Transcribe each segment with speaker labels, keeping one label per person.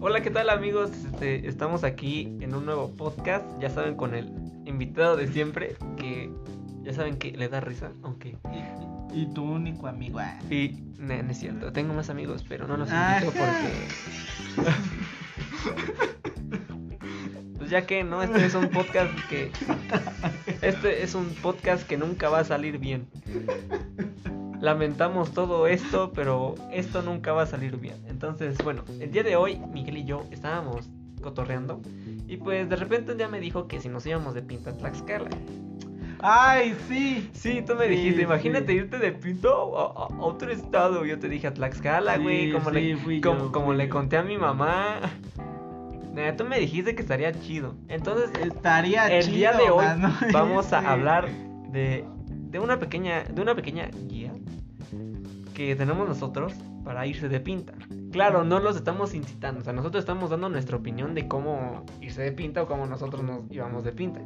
Speaker 1: Hola, ¿qué tal amigos? Este, estamos aquí en un nuevo podcast, ya saben, con el invitado de siempre, que ya saben que le da risa, aunque...
Speaker 2: Y tu único amigo. ah.
Speaker 1: Y no, no es cierto, tengo más amigos, pero no los
Speaker 2: Ajá.
Speaker 1: invito porque... Pues ya que no, este es un podcast que... Este es un podcast que nunca va a salir bien. Lamentamos todo esto, pero esto nunca va a salir bien. Entonces, bueno, el día de hoy Miguel y yo estábamos cotorreando y pues de repente un día me dijo que si nos íbamos de pinta a Tlaxcala.
Speaker 2: Ay, sí.
Speaker 1: Sí, tú me
Speaker 2: Sí,
Speaker 1: dijiste,
Speaker 2: sí.
Speaker 1: imagínate irte de Pinto a, a- a otro estado. Yo te dije a Tlaxcala,
Speaker 2: Sí,
Speaker 1: güey, como,
Speaker 2: sí,
Speaker 1: le,
Speaker 2: fui
Speaker 1: como,
Speaker 2: yo,
Speaker 1: como
Speaker 2: fui
Speaker 1: le
Speaker 2: yo.
Speaker 1: conté a mi mamá. Nah, tú me dijiste que estaría chido. Entonces,
Speaker 2: Estaría
Speaker 1: el
Speaker 2: chido,
Speaker 1: día de hoy
Speaker 2: mano.
Speaker 1: vamos
Speaker 2: Sí.
Speaker 1: a hablar de, de una pequeña de una pequeña guía que tenemos nosotros para irse de pinta. Claro, no los estamos incitando, o sea, nosotros estamos dando nuestra opinión de cómo irse de pinta o cómo nosotros nos íbamos de pinta.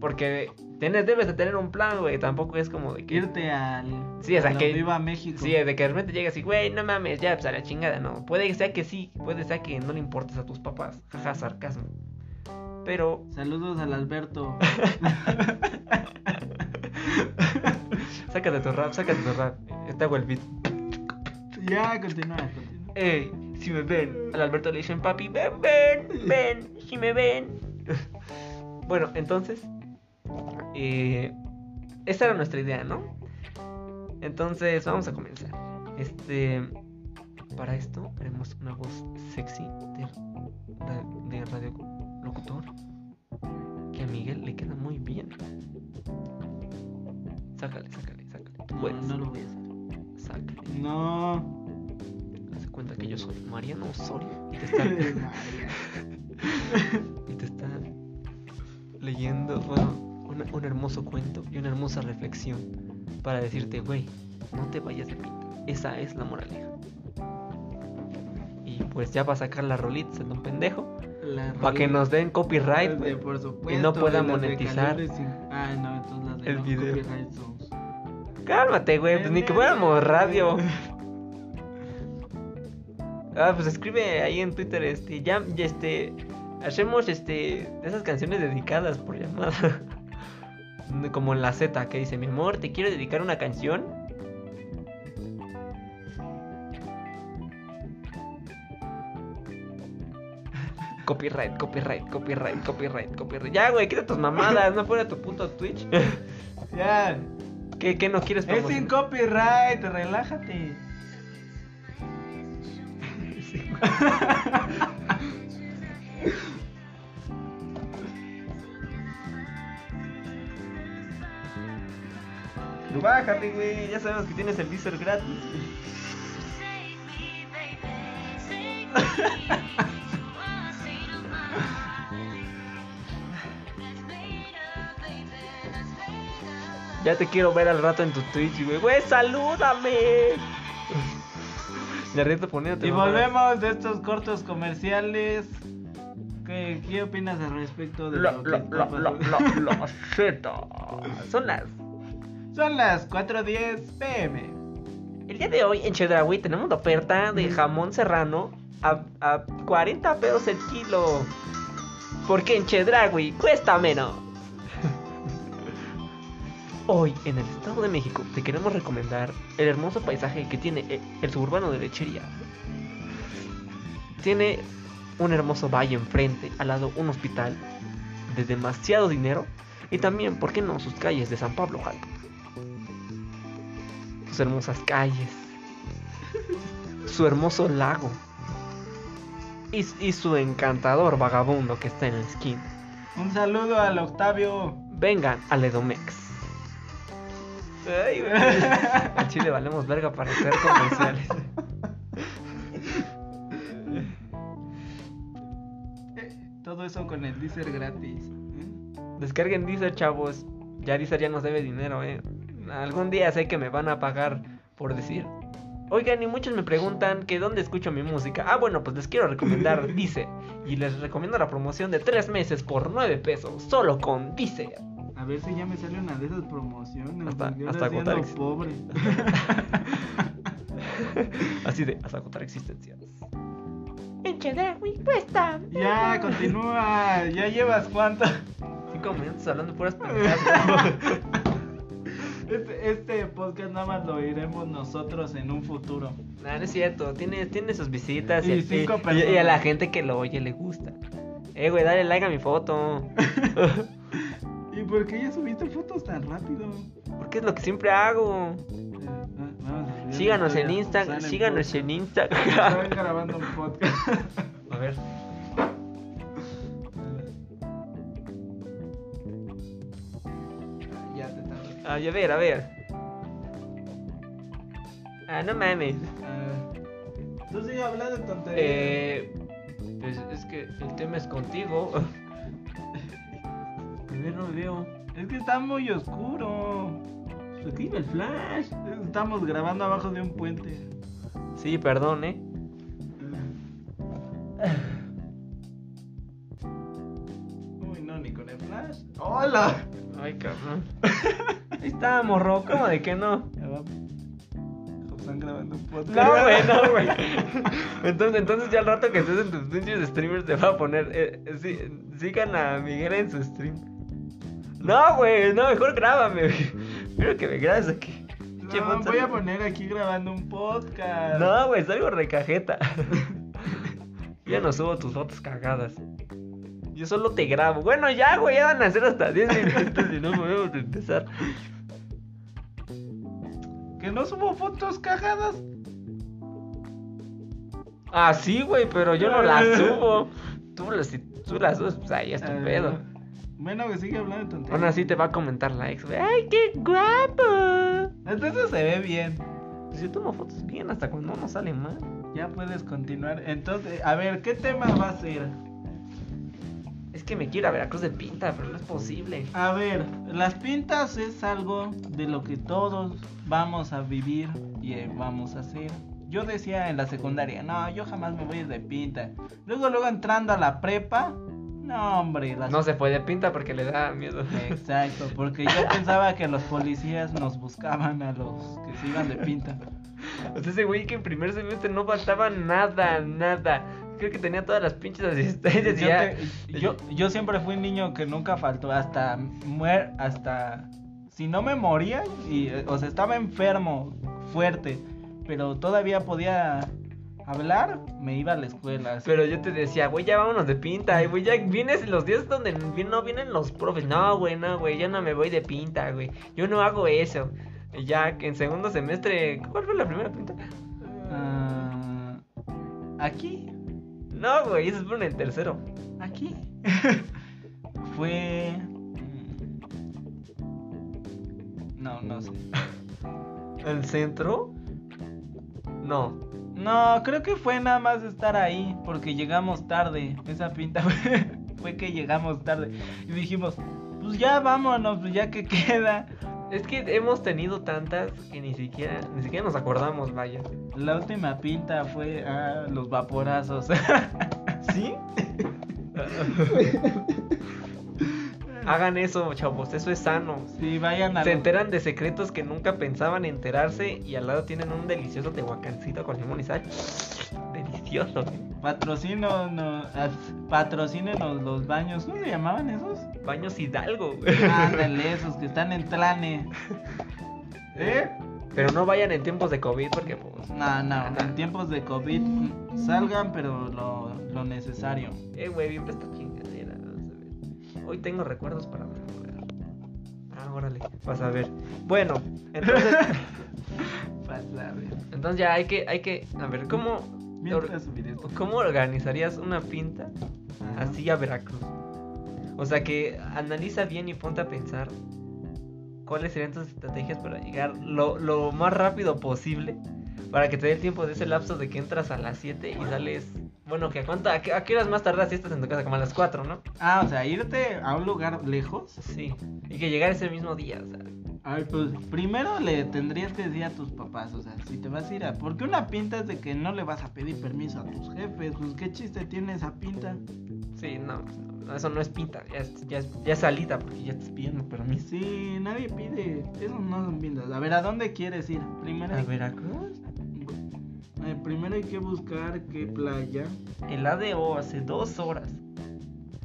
Speaker 1: Porque tienes, debes de tener un plan, güey, tampoco es como de que...
Speaker 2: Irte al.
Speaker 1: Sí, o sea,
Speaker 2: a la
Speaker 1: que-
Speaker 2: Viva México.
Speaker 1: Sí, eh. de que de repente llegas y, güey, no mames, ya, pues a la chingada, no. Puede que sea que sí, puede que sea que no le importes a tus papás. Jaja, sarcasmo. Pero
Speaker 2: Saludos al Alberto.
Speaker 1: Sácate tu rap, sácate tu rap. Está hago el beat.
Speaker 2: ya, continúa, continúa.
Speaker 1: Ey, si me ven. Al Alberto le dicen, papi, ven, ven, ven, si me ven. bueno, entonces. eh, esa era nuestra idea, ¿no? Entonces, vamos a comenzar. Este. Para esto, haremos una voz sexy de, ra- de radio locutor. Que a Miguel le queda muy bien. Sácale, sácale, sácale. Tú
Speaker 2: No,
Speaker 1: puedes.
Speaker 2: no lo voy a hacer.
Speaker 1: Sácale.
Speaker 2: No.
Speaker 1: Hace cuenta que yo soy Mariano Osorio y te está,
Speaker 2: María.
Speaker 1: y te está leyendo bueno, un, un hermoso cuento y una hermosa reflexión para decirte, güey, no te vayas de pinta. Esa es la moraleja. Y pues ya va a sacar la rolita, siendo un pendejo.
Speaker 2: La
Speaker 1: Para que
Speaker 2: realidad.
Speaker 1: nos den copyright,
Speaker 2: Pues,
Speaker 1: güey.
Speaker 2: de- por supuesto,
Speaker 1: y no pueda
Speaker 2: de las de
Speaker 1: monetizar
Speaker 2: Calibre cinc- Ah, no, entonces las de
Speaker 1: el
Speaker 2: no
Speaker 1: video.
Speaker 2: copyright son-
Speaker 1: Cálmate, güey, pues ni que fuéramos radio. Ah, pues escribe ahí en Twitter, este, ya, ya, este, hacemos, este, esas canciones dedicadas por llamada. Como en la Z, que dice, mi amor, te quiero dedicar una canción. Copyright, copyright, copyright, copyright, copyright. Ya, güey, quita tus mamadas, no fuera tu puto Twitch.
Speaker 2: Ya.
Speaker 1: ¿Qué, qué no quieres
Speaker 2: Es sin
Speaker 1: promocionar?
Speaker 2: copyright, relájate.
Speaker 1: Bájale, güey. Ya sabemos que tienes el Deezer gratis. Ya te quiero ver al rato en tu Twitch, güey. Güey, salúdame. De reto poniéndote.
Speaker 2: Y
Speaker 1: mamadas.
Speaker 2: volvemos de estos cortos comerciales. ¿Qué, qué opinas al respecto de
Speaker 1: La,
Speaker 2: lo que
Speaker 1: la,
Speaker 2: está
Speaker 1: la, la,
Speaker 2: pasando?
Speaker 1: la, la Z. Son las.
Speaker 2: Son las 4.10 pm.
Speaker 1: El día de hoy en Chedraui tenemos la oferta de jamón serrano a, a 40 pesos el kilo. Porque en Chedraui cuesta menos. Hoy en el Estado de México te queremos recomendar el hermoso paisaje que tiene e- el suburbano de Lechería. Tiene un hermoso valle enfrente, al lado un hospital de demasiado dinero y también, ¿por qué no?, sus calles de San Pablo Jalpa sus hermosas calles, su hermoso lago y, y su encantador vagabundo que está en la esquina.
Speaker 2: Un saludo al Octavio.
Speaker 1: Vengan al Edomex. Ay, güey. Al Chile valemos verga para hacer comerciales.
Speaker 2: Todo eso con el Deezer gratis. ¿eh?
Speaker 1: Descarguen Deezer, chavos. Ya Deezer ya nos debe dinero, eh. Algún día sé que me van a pagar por decir. Oigan, y muchos me preguntan que dónde escucho mi música. Ah, bueno, pues les quiero recomendar Dice. Y les recomiendo la promoción de 3 meses por 9 pesos, solo con Dice.
Speaker 2: A ver si ya me sale una de esas promociones.
Speaker 1: Hasta-
Speaker 2: porque
Speaker 1: hasta
Speaker 2: ahora sí ando
Speaker 1: agotar ex-
Speaker 2: pobre.
Speaker 1: Así de, hasta agotar existencias. En pinche Dragwin cuesta.
Speaker 2: Ya, continúa. Ya llevas cuánto.
Speaker 1: Cinco minutos hablando puras pendejadas.
Speaker 2: Este, este podcast nada más lo iremos nosotros en un futuro.
Speaker 1: No, no es cierto. Tiene, tiene sus visitas
Speaker 2: Y
Speaker 1: y,
Speaker 2: cinco
Speaker 1: y-
Speaker 2: personas.
Speaker 1: y a la gente que lo oye le gusta. Eh, güey, dale like a mi foto.
Speaker 2: ¿Y por qué ya subiste fotos tan rápido?
Speaker 1: Porque es lo que siempre hago. Síganos en Instagram. Síganos en
Speaker 2: Están
Speaker 1: Instagram.
Speaker 2: grabando un podcast.
Speaker 1: A ver.
Speaker 2: ya te tardas.
Speaker 1: Ay, a ver, a ver. Ah, no mames.
Speaker 2: Ah, Tú sigue hablando de tonterías.
Speaker 1: Eh, pues es que el tema es contigo. A ver, no me veo.
Speaker 2: Es que está muy oscuro.
Speaker 1: Aquí el flash.
Speaker 2: Estamos grabando abajo de un puente.
Speaker 1: Sí, perdón, eh. Ah.
Speaker 2: Uy, no, ni con el flash. ¡Hola!
Speaker 1: Ay, cabrón. Ahí está, morro. ¿Cómo de que no?
Speaker 2: Ya va. Están grabando un podcast.
Speaker 1: No, güey, no, güey. Entonces, entonces ya al rato que estés en tus pinches streamers te va a poner. eh, eh, sí, sigan a Miguel en su stream. No, güey, no, mejor grábame. güey. Quiero que me grabes aquí. Pinche
Speaker 2: No,
Speaker 1: Fonsa.
Speaker 2: voy a poner aquí grabando un podcast.
Speaker 1: No, güey, salgo recajeta. Yo no subo tus fotos cagadas. Yo solo te grabo. Bueno, ya, güey, ya van a ser hasta 10 minutos y no podemos empezar.
Speaker 2: Que no subo fotos cagadas.
Speaker 1: Ah, sí, güey, pero yo no las subo. Tú las, si tú las subes, pues ahí es tu
Speaker 2: Ah,
Speaker 1: pedo.
Speaker 2: Bueno, que sigue hablando de tonterías.
Speaker 1: Aún así te va a comentar la ex, güey. ¡Ay, qué guapo!
Speaker 2: Entonces se ve bien.
Speaker 1: Pues yo tomo fotos bien hasta cuando no sale mal.
Speaker 2: Ya puedes continuar. Entonces, a ver, ¿qué tema va a ser?
Speaker 1: Es que me quiero ir a Veracruz de pinta, pero no es posible.
Speaker 2: A ver, las pintas es algo de lo que todos vamos a vivir y eh, vamos a hacer. Yo decía en la secundaria, no, yo jamás me voy a ir de pinta. Luego, luego entrando a la prepa, no, hombre, las...
Speaker 1: No se fue de pinta porque le da miedo.
Speaker 2: Exacto, porque yo pensaba que los policías nos buscaban a los que se iban de pinta.
Speaker 1: O sea, ese güey que en primer semestre no faltaba nada, nada. Creo que tenía todas las pinches
Speaker 2: Yo,
Speaker 1: asistencias y ya.
Speaker 2: te- yo, yo siempre fui un niño que nunca faltó, hasta muer, hasta si no me moría, y, eh, o sea, estaba enfermo, fuerte, pero todavía podía hablar, me iba a la escuela. así.
Speaker 1: Pero yo te decía, güey, ya vámonos de pinta. Y güey, ya vienes los días donde vi- no vienen los profes. No, güey, no, güey, yo no me voy de pinta, güey. Yo no hago eso. Y ya que en segundo semestre, ¿cuál fue la primera pinta?
Speaker 2: Ah, aquí,
Speaker 1: No, güey, eso fue en el tercero.
Speaker 2: aquí. Fue... mm, No, no sé.
Speaker 1: ¿El centro? No.
Speaker 2: No, creo que fue nada más estar ahí, porque llegamos tarde. Esa pinta fue, fue que llegamos tarde. Y dijimos, pues ya vámonos, pues ya que queda.
Speaker 1: Es que hemos tenido tantas que ni siquiera, ni siquiera nos acordamos, vaya.
Speaker 2: La última pinta fue ah, los vaporazos.
Speaker 1: ¿Sí? Hagan eso, chavos, eso es sano.
Speaker 2: sí, vayan a...
Speaker 1: Se
Speaker 2: los-
Speaker 1: enteran de secretos que nunca pensaban enterarse y al lado tienen un delicioso tehuacancito con limón y sal. Delicioso. ¿eh?
Speaker 2: Patrocínenos, ah, patrocínenos los baños. ¿Cómo se llamaban esos?
Speaker 1: Baños Hidalgo.
Speaker 2: Ándale, esos que están en Tlane. ¿Eh?
Speaker 1: Pero no vayan en tiempos de COVID porque pues...
Speaker 2: No, no, en tiempos de COVID mm, salgan, pero lo, lo necesario.
Speaker 1: Eh, güey, bien esta chingadera. vamos a ver. Hoy tengo recuerdos para mejorar. Ah, órale, vas a ver. Bueno, entonces...
Speaker 2: Pasa, a ver.
Speaker 1: entonces ya hay que, hay que... A ver, ¿cómo...
Speaker 2: Mientras subiré esto.
Speaker 1: ¿Cómo organizarías una pinta
Speaker 2: Ajá.
Speaker 1: así a Veracruz? O sea que analiza bien y ponte a pensar cuáles serían tus estrategias para llegar lo, lo más rápido posible para que te dé el tiempo de ese lapso de que entras a las 7 y sales. Bueno, que a, cuánta, a, qué, a qué horas más tardas si estás en tu casa? Como a las 4, ¿no?
Speaker 2: Ah, o sea, irte a un lugar lejos.
Speaker 1: Sí. Y que llegar ese mismo día, o sea.
Speaker 2: A ver, pues primero le tendrías que decir a tus papás, o sea, si te vas a ir a... Porque una pinta es de que no le vas a pedir permiso a tus jefes, pues qué chiste tiene esa pinta.
Speaker 1: Sí, no. no, Eso no es pinta, ya es, ya es- ya es salida porque ya estás pidiendo
Speaker 2: Y
Speaker 1: permiso.
Speaker 2: sí, nadie pide, esos no son pintas. A ver, ¿a dónde quieres ir? Primero...
Speaker 1: ¿A Veracruz?
Speaker 2: Eh, primero hay que buscar qué playa.
Speaker 1: El ADO hace dos horas.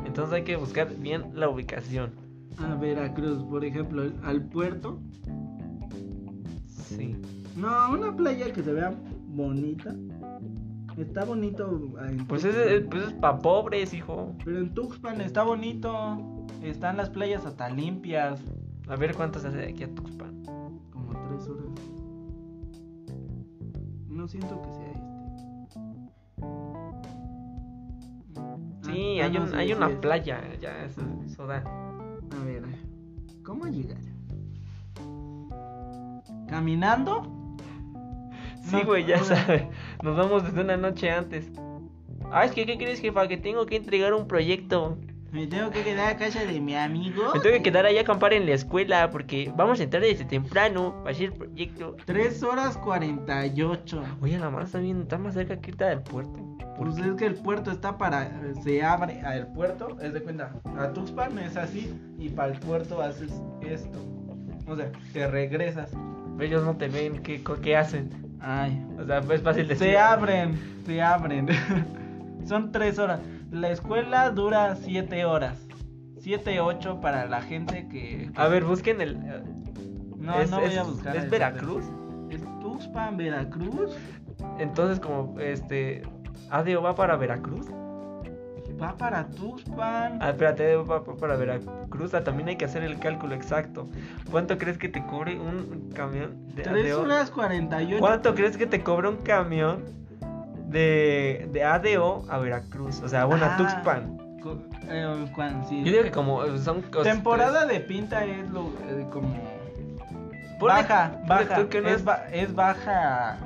Speaker 1: Entonces hay que buscar bien la ubicación.
Speaker 2: A Veracruz, por ejemplo, el- al puerto.
Speaker 1: Sí.
Speaker 2: Mm. No, una playa que se vea bonita. Está bonito. eh, en
Speaker 1: Pues es,
Speaker 2: Tuxpan.
Speaker 1: es- pues es pa' pobres, hijo.
Speaker 2: Pero en Tuxpan está bonito. Están las playas hasta limpias.
Speaker 1: A ver cuántas hace de aquí a Tuxpan.
Speaker 2: Como tres horas. No siento que sea este.
Speaker 1: Sí,
Speaker 2: Ah, ah,
Speaker 1: hay,
Speaker 2: no,
Speaker 1: un-
Speaker 2: sí,
Speaker 1: hay
Speaker 2: sí
Speaker 1: una
Speaker 2: es.
Speaker 1: playa, ya, eso, eso da.
Speaker 2: A ver, ¿cómo llegar? ¿Caminando?
Speaker 1: Sí,
Speaker 2: No,
Speaker 1: güey, ya
Speaker 2: no.
Speaker 1: sabes. Nos vamos desde una noche antes. Ah, es que, ¿qué crees, jefa? Que tengo que entregar un proyecto.
Speaker 2: Me tengo que quedar a casa de mi amigo.
Speaker 1: Me tengo que quedar ahí a acampar en la escuela porque vamos a entrar desde temprano para hacer el proyecto.
Speaker 2: 3 horas 48.
Speaker 1: Oye, la mar está bien, está más cerca que está del puerto. ¿Por
Speaker 2: Pues
Speaker 1: qué?
Speaker 2: es que el puerto está para. Se abre al puerto, es de cuenta. A Tuxpan es así y para el puerto haces esto. O sea, te regresas.
Speaker 1: Ellos no te ven, ¿qué, co- qué hacen?
Speaker 2: Ay,
Speaker 1: O sea, pues es fácil decir.
Speaker 2: Se abren, se abren. Son tres horas. La escuela dura siete horas. Siete, ocho para la gente que...
Speaker 1: A ver, busquen el. eh,
Speaker 2: No,
Speaker 1: Ah, es,
Speaker 2: no voy
Speaker 1: es-
Speaker 2: a buscar.
Speaker 1: ¿Es
Speaker 2: el-
Speaker 1: Veracruz?
Speaker 2: ¿Es Tuxpan, Veracruz?
Speaker 1: Entonces, como este. ADO va para Veracruz.
Speaker 2: Va para Tuxpan.
Speaker 1: Ah, espérate, ADO va pa- para Veracruz. Ah, también hay que hacer el cálculo exacto. ¿Cuánto crees que te cobre un camión de
Speaker 2: Tres
Speaker 1: ADO?
Speaker 2: horas cuarenta y ocho.
Speaker 1: ¿Cuánto crees que te cobra un camión de, de ADO a Veracruz? O sea, bueno, a
Speaker 2: Ah,
Speaker 1: Tuxpan.
Speaker 2: co- eh, cuan- sí.
Speaker 1: Yo digo que como eh, son cos-
Speaker 2: Temporada de pinta es lo, eh, como...
Speaker 1: Ponle-
Speaker 2: baja,
Speaker 1: ponle
Speaker 2: baja.
Speaker 1: tú que no es-
Speaker 2: es, ba- es baja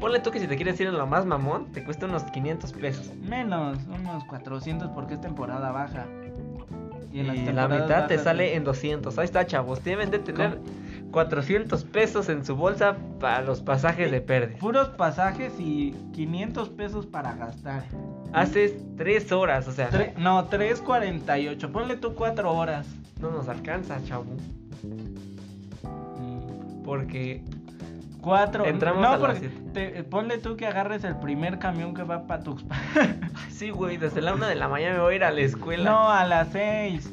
Speaker 1: Ponle tú que si te quieres ir a lo más mamón, te cuesta unos 500 pesos.
Speaker 2: menos, unos 400 porque es temporada baja.
Speaker 1: Y,
Speaker 2: en las
Speaker 1: la
Speaker 2: temporadas
Speaker 1: mitad te
Speaker 2: bajas-
Speaker 1: sale en 200. Ahí está, chavos. Deben de tener 400 pesos en su bolsa para los pasajes de pérdida.
Speaker 2: Puros pasajes y 500 pesos para gastar.
Speaker 1: Haces 3 horas, o sea,
Speaker 2: Tre- no, 3.48. Ponle tú 4 horas.
Speaker 1: no nos alcanza, chavo. Porque
Speaker 2: 4.
Speaker 1: Entramos
Speaker 2: Mm, no,
Speaker 1: a las
Speaker 2: porque
Speaker 1: siete.
Speaker 2: te- eh, ponle tú que agarres el primer camión que va para Tuxpan.
Speaker 1: sí, güey, desde la 1 de la mañana me voy a ir a la escuela.
Speaker 2: No, a las 6.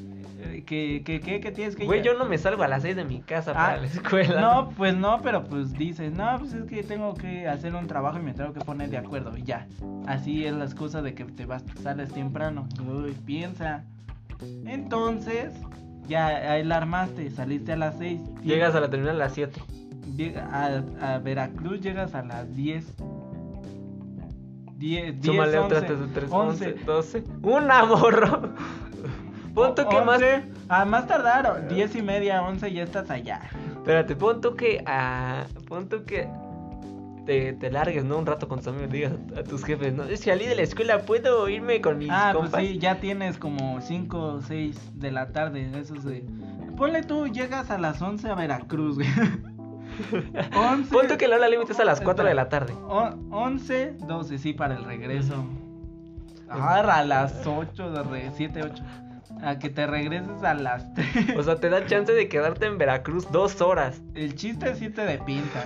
Speaker 2: Que, que, que, que tienes que
Speaker 1: Güey, yo
Speaker 2: llegar?
Speaker 1: no me salgo a las 6 de mi casa
Speaker 2: Ah,
Speaker 1: para la escuela.
Speaker 2: No, pues no, pero pues dices, no, pues es que tengo que hacer un trabajo y me tengo que poner de acuerdo y ya. Así es la excusa de que te vas, sales temprano. Uy, piensa. Entonces, ya ahí la armaste, saliste a las 6.
Speaker 1: Llegas a la terminal a las 7.
Speaker 2: a, a Veracruz, llegas a las 10. 10, 10,
Speaker 1: Súmale
Speaker 2: 11,
Speaker 1: otras 3, 3,
Speaker 2: 11.
Speaker 1: 11, 12. ¡Una, morro! Pon tú que más.
Speaker 2: 11, A Ah, más tardar, 10 y media, 11 ya estás allá.
Speaker 1: Espérate, pon tú que. ah, pon tú que. Te, te largues, ¿no? Un rato con tus amigos, digas a, a tus jefes, ¿no? Es que salí de la escuela, puedo irme con mis
Speaker 2: Ah,
Speaker 1: compas.
Speaker 2: pues sí, ya tienes como 5 o 6 de la tarde, eso sí. Ponle tú, llegas a las 11 a Veracruz, güey. 11,
Speaker 1: Pon tú que la hora límite es a las 4
Speaker 2: Espera.
Speaker 1: de la tarde.
Speaker 2: o- 11, 12, sí, para el regreso. Agarra a las 8, 7, 8. A que te regreses a las 3.
Speaker 1: O sea, te da chance de quedarte en Veracruz dos horas.
Speaker 2: El chiste sí te de pinta.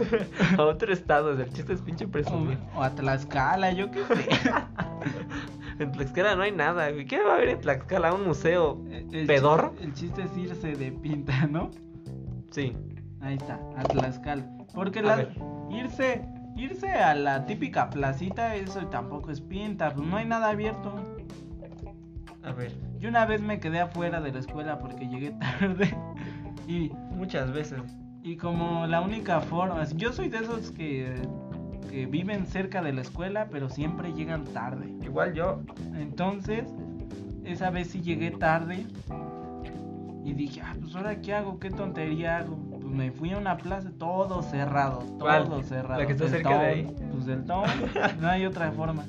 Speaker 1: A otro estado, o sea, el chiste es pinche presumir.
Speaker 2: O, o a Tlaxcala, yo qué sé.
Speaker 1: En Tlaxcala no hay nada, güey. ¿Qué va a haber en Tlaxcala? ¿Un museo?
Speaker 2: El
Speaker 1: ¿Pedorro?
Speaker 2: chiste- el chiste es irse de pinta, ¿no?
Speaker 1: Sí.
Speaker 2: Ahí está, a Tlaxcala. Porque
Speaker 1: A
Speaker 2: la-
Speaker 1: ver.
Speaker 2: irse, irse a la típica placita, eso tampoco es pinta, pues no hay nada abierto.
Speaker 1: A ver.
Speaker 2: Yo una vez me quedé afuera de la escuela porque llegué tarde. Y,
Speaker 1: Muchas veces.
Speaker 2: y como la única forma, yo soy de esos que, que viven cerca de la escuela, pero siempre llegan tarde.
Speaker 1: Igual yo.
Speaker 2: Entonces, esa vez sí llegué tarde y dije, ah, pues ahora qué hago, qué tontería hago. Pues me fui a una plaza, todo cerrado, todo
Speaker 1: ¿Cuál?
Speaker 2: cerrado.
Speaker 1: ¿La que está
Speaker 2: Del
Speaker 1: cerca de
Speaker 2: Tom, Pues del Tom, no hay otra forma.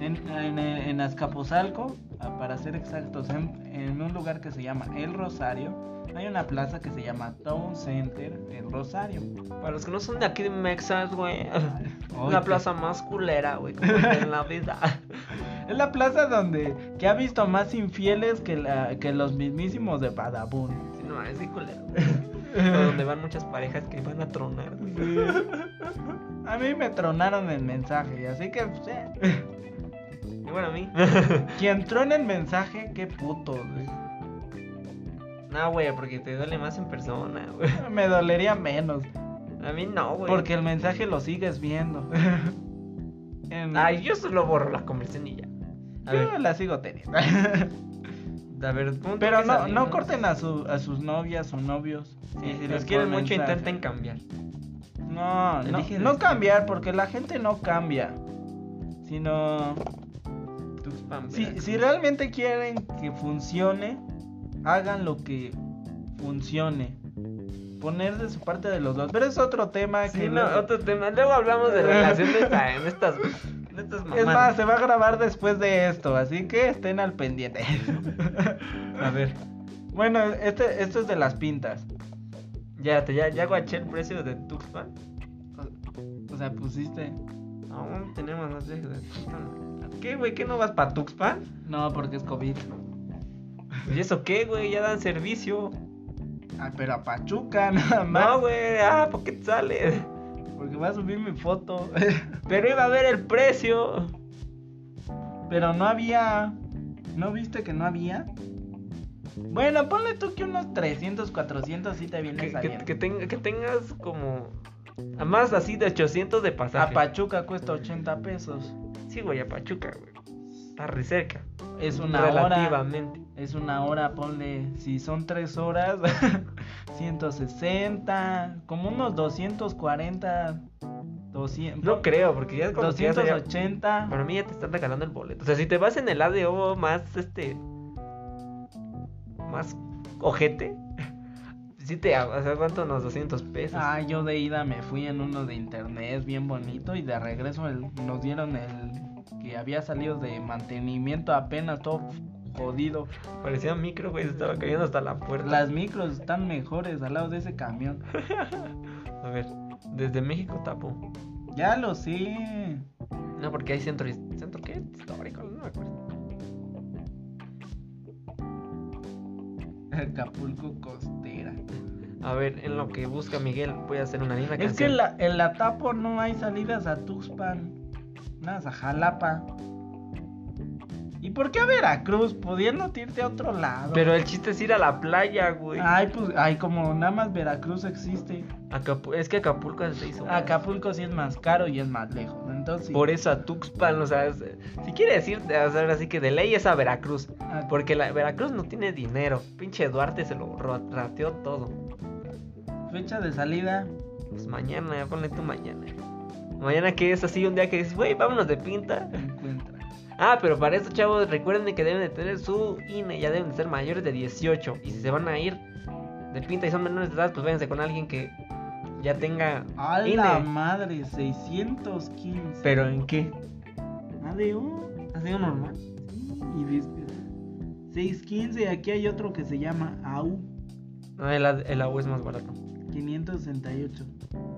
Speaker 2: En, en, en Azcapotzalco, ah, para ser exactos, en, en un lugar que se llama El Rosario, hay una plaza que se llama Town Center El Rosario.
Speaker 1: Para los que no son de aquí de Mexas, güey.
Speaker 2: Oye,
Speaker 1: Una plaza más culera, güey. Como que en la vida.
Speaker 2: Es la plaza donde que ha visto más infieles que, la- que los mismísimos de Badabun.
Speaker 1: Sí, no, es de culera, güey. O Donde van muchas parejas que van a tronar, güey.
Speaker 2: A mí me tronaron el mensaje, así que, pues, eh.
Speaker 1: Y bueno, a mí.
Speaker 2: Quien trone el mensaje, qué puto, güey.
Speaker 1: no, güey, porque te duele más en persona, güey.
Speaker 2: Me dolería menos.
Speaker 1: A mí no, güey.
Speaker 2: Porque el mensaje lo sigues viendo. En-
Speaker 1: Ay, yo solo borro la conversación y ya. A
Speaker 2: yo
Speaker 1: ver,
Speaker 2: la sigo teniendo.
Speaker 1: a ver, punto
Speaker 2: Pero
Speaker 1: que
Speaker 2: no,
Speaker 1: salimos.
Speaker 2: no corten a, su, a sus novias o novios. Eh,
Speaker 1: Sí, si
Speaker 2: les
Speaker 1: los quieren
Speaker 2: ponen
Speaker 1: mucho,
Speaker 2: mensaje.
Speaker 1: intenten cambiar.
Speaker 2: No,
Speaker 1: Les
Speaker 2: no,
Speaker 1: dije
Speaker 2: no
Speaker 1: respeto.
Speaker 2: cambiar, porque la gente no cambia. Sino.
Speaker 1: Tus pamperas.
Speaker 2: Si, si realmente quieren que funcione, hagan lo que funcione. Poner de su parte de los dos. Pero es otro tema
Speaker 1: Sí,
Speaker 2: que.
Speaker 1: no,
Speaker 2: luego-
Speaker 1: otro tema. Luego hablamos de relaciones ah, en estas, en estas
Speaker 2: Es
Speaker 1: mamadas.
Speaker 2: más, se va a grabar después de esto, así que estén al pendiente. em-
Speaker 1: A ver,
Speaker 2: bueno, este, esto es de las pintas.
Speaker 1: ya, te, ya, ya guaché el precio de Tuxpan.
Speaker 2: O sea, pusiste.
Speaker 1: Aún tenemos más precios de Tuxpan. ¿Qué, güey? ¿Qué no vas para Tuxpan?
Speaker 2: No, porque es COVID.
Speaker 1: Pues, ¿Y eso qué, güey? Ya dan servicio.
Speaker 2: Ah, pero a Pachuca nada más.
Speaker 1: No, güey. Ah, ¿por qué te sales?
Speaker 2: Porque va a subir mi foto.
Speaker 1: Pero iba a ver el precio.
Speaker 2: Pero no había. ¿No viste que no había? Bueno, ponle tú que unos 300, 400 sí te viene
Speaker 1: Que, que,
Speaker 2: saliendo.
Speaker 1: que tenga, que tengas como. A más así de 800 de
Speaker 2: A
Speaker 1: pasaje.
Speaker 2: Pachuca cuesta 80 pesos.
Speaker 1: sí, güey, a Pachuca, güey. Está re cerca.
Speaker 2: Es una hora.
Speaker 1: relativamente.
Speaker 2: Es una hora, ponle. Si son 3 horas, 160. Como unos 240. 200.
Speaker 1: No creo, porque ya es como que ya sería-
Speaker 2: 280.
Speaker 1: Para mí ya te están regalando el boleto. O sea, si te vas en el ADO más este. Más ojete. Sí te hago. O sea, ¿cuánto unos 200 pesos?
Speaker 2: Ah, yo de ida me fui en uno de internet bien bonito y de regreso el- nos dieron el que había salido de mantenimiento apenas todo jodido.
Speaker 1: Parecía un micro, güey. Se estaba cayendo hasta la puerta.
Speaker 2: Las micros están mejores al lado de ese camión.
Speaker 1: A ver, desde México tapo.
Speaker 2: Ya lo sé.
Speaker 1: No, porque hay centro. ¿Centro qué? Histórico, no me acuerdo.
Speaker 2: Acapulco costera.
Speaker 1: A ver, en lo que busca Miguel, voy a hacer una linda
Speaker 2: Es que
Speaker 1: canción.
Speaker 2: en la, en la Tapo no hay salidas a Tuxpan. Nada, a Jalapa. ¿Y por qué a Veracruz? Pudiendo irte a otro lado.
Speaker 1: Pero el chiste es ir a la playa, güey.
Speaker 2: Ay, pues, ay, como nada más Veracruz existe.
Speaker 1: Acapu- Es que Acapulco se hizo.
Speaker 2: Ah, Acapulco sí es más caro y es más lejos. Entonces,
Speaker 1: Por eso a Tuxpan, o sea, es- si quieres ir, o sea, ahora sí que de ley es a Veracruz.
Speaker 2: ah,
Speaker 1: Porque la, Veracruz no tiene dinero. Pinche Duarte se lo ro- rateó todo.
Speaker 2: fecha de salida,
Speaker 1: Pues mañana, ponle tú mañana. Mañana que es así un día que dices, güey, vámonos de pinta.
Speaker 2: encuentra.
Speaker 1: Ah, pero para eso, chavos, recuerden que deben de tener su INE, ya deben de ser mayores de 18. Y si se van a ir de pinta y son menores de edad, pues váyanse con alguien que ya tenga
Speaker 2: A la
Speaker 1: INE.
Speaker 2: madre, 615.
Speaker 1: ¿Pero en qué?
Speaker 2: Adiós.
Speaker 1: ¿Así normal?
Speaker 2: Y viste. 615, aquí hay otro que se llama AU
Speaker 1: No, el, A- el AU es más barato.
Speaker 2: 568.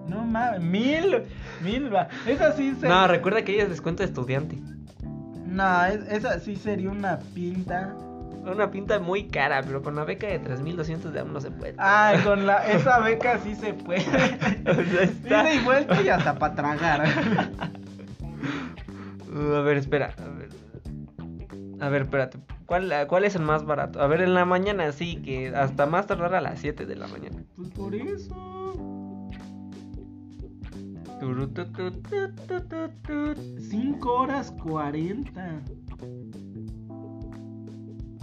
Speaker 2: No mames, mil, mil va. Esa sí se.
Speaker 1: No, recuerda que ella es descuento de estudiante.
Speaker 2: No, es- esa sí sería una pinta.
Speaker 1: Una pinta muy cara, pero con una beca de 3200 de AM no se puede.
Speaker 2: Ay, con la esa beca sí se puede.
Speaker 1: O sea, está-
Speaker 2: Ida y vuelta y hasta para tragar.
Speaker 1: Uh, a ver, espera. A ver, a ver espérate. ¿Cuál, la- ¿Cuál es el más barato? A ver, en la mañana sí, que hasta más tardar a las 7 de la mañana.
Speaker 2: Pues por eso.
Speaker 1: Turu, tu, tu, tu, tu, tu, tu.
Speaker 2: 5 horas 40.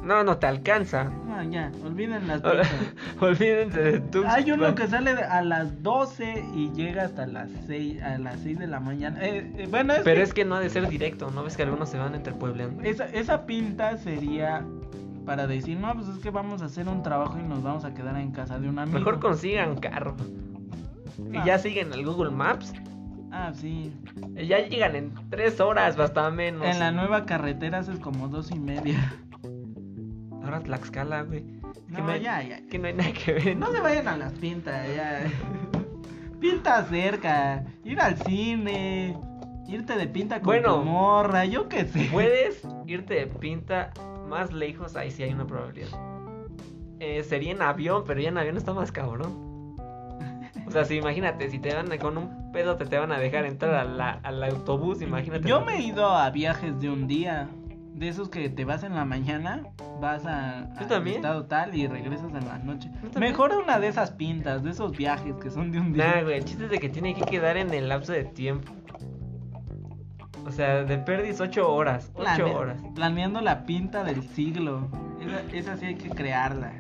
Speaker 1: No, no te alcanza.
Speaker 2: Ah, ya, olviden las
Speaker 1: Ahora,
Speaker 2: pintas.
Speaker 1: Olvídense de tu.
Speaker 2: Hay uno Ah, que sale de- a las 12 y llega hasta las 6, a las 6 de la mañana. Eh, eh, bueno, es
Speaker 1: Pero
Speaker 2: que
Speaker 1: es que no ha de ser directo, ¿no ves que algunos se van entre puebleando?
Speaker 2: esa, esa pinta sería para decir, no, pues es que vamos a hacer un trabajo y nos vamos a quedar en casa de un amigo.
Speaker 1: Mejor consigan carro.
Speaker 2: Ah.
Speaker 1: Y ya siguen el Google Maps.
Speaker 2: Ah, sí.
Speaker 1: Y Ya llegan en 3 horas, hasta menos.
Speaker 2: En la nueva carretera haces como dos y media.
Speaker 1: Ahora Tlaxcala, güey. Que
Speaker 2: No,
Speaker 1: no hay-
Speaker 2: ya, ya.
Speaker 1: Que no hay nada que ver.
Speaker 2: No se vayan a las pintas, ya. Pinta cerca, ir al cine, irte de pinta con
Speaker 1: Bueno.
Speaker 2: tu morra, yo qué sé.
Speaker 1: Puedes irte de pinta más lejos, ahí sí hay una probabilidad. Eh, sería en avión, pero ya en avión está más cabrón. O sea, si imagínate, si te van a- con un pedo te, te van a dejar entrar a la- al autobús, imagínate.
Speaker 2: Yo me he ido a viajes de un día. De esos que te vas en la mañana, vas a,
Speaker 1: Yo
Speaker 2: al
Speaker 1: también.
Speaker 2: estado tal y regresas en la noche.
Speaker 1: Yo también.
Speaker 2: Mejor una de esas pintas, de esos viajes que son de un día.
Speaker 1: Nah, güey, el chiste es de que tiene que quedar en el lapso de tiempo. O sea, de perdis 8 horas. 8
Speaker 2: Plane-
Speaker 1: horas.
Speaker 2: Planeando la pinta del siglo. Esa, esa sí hay que crearla.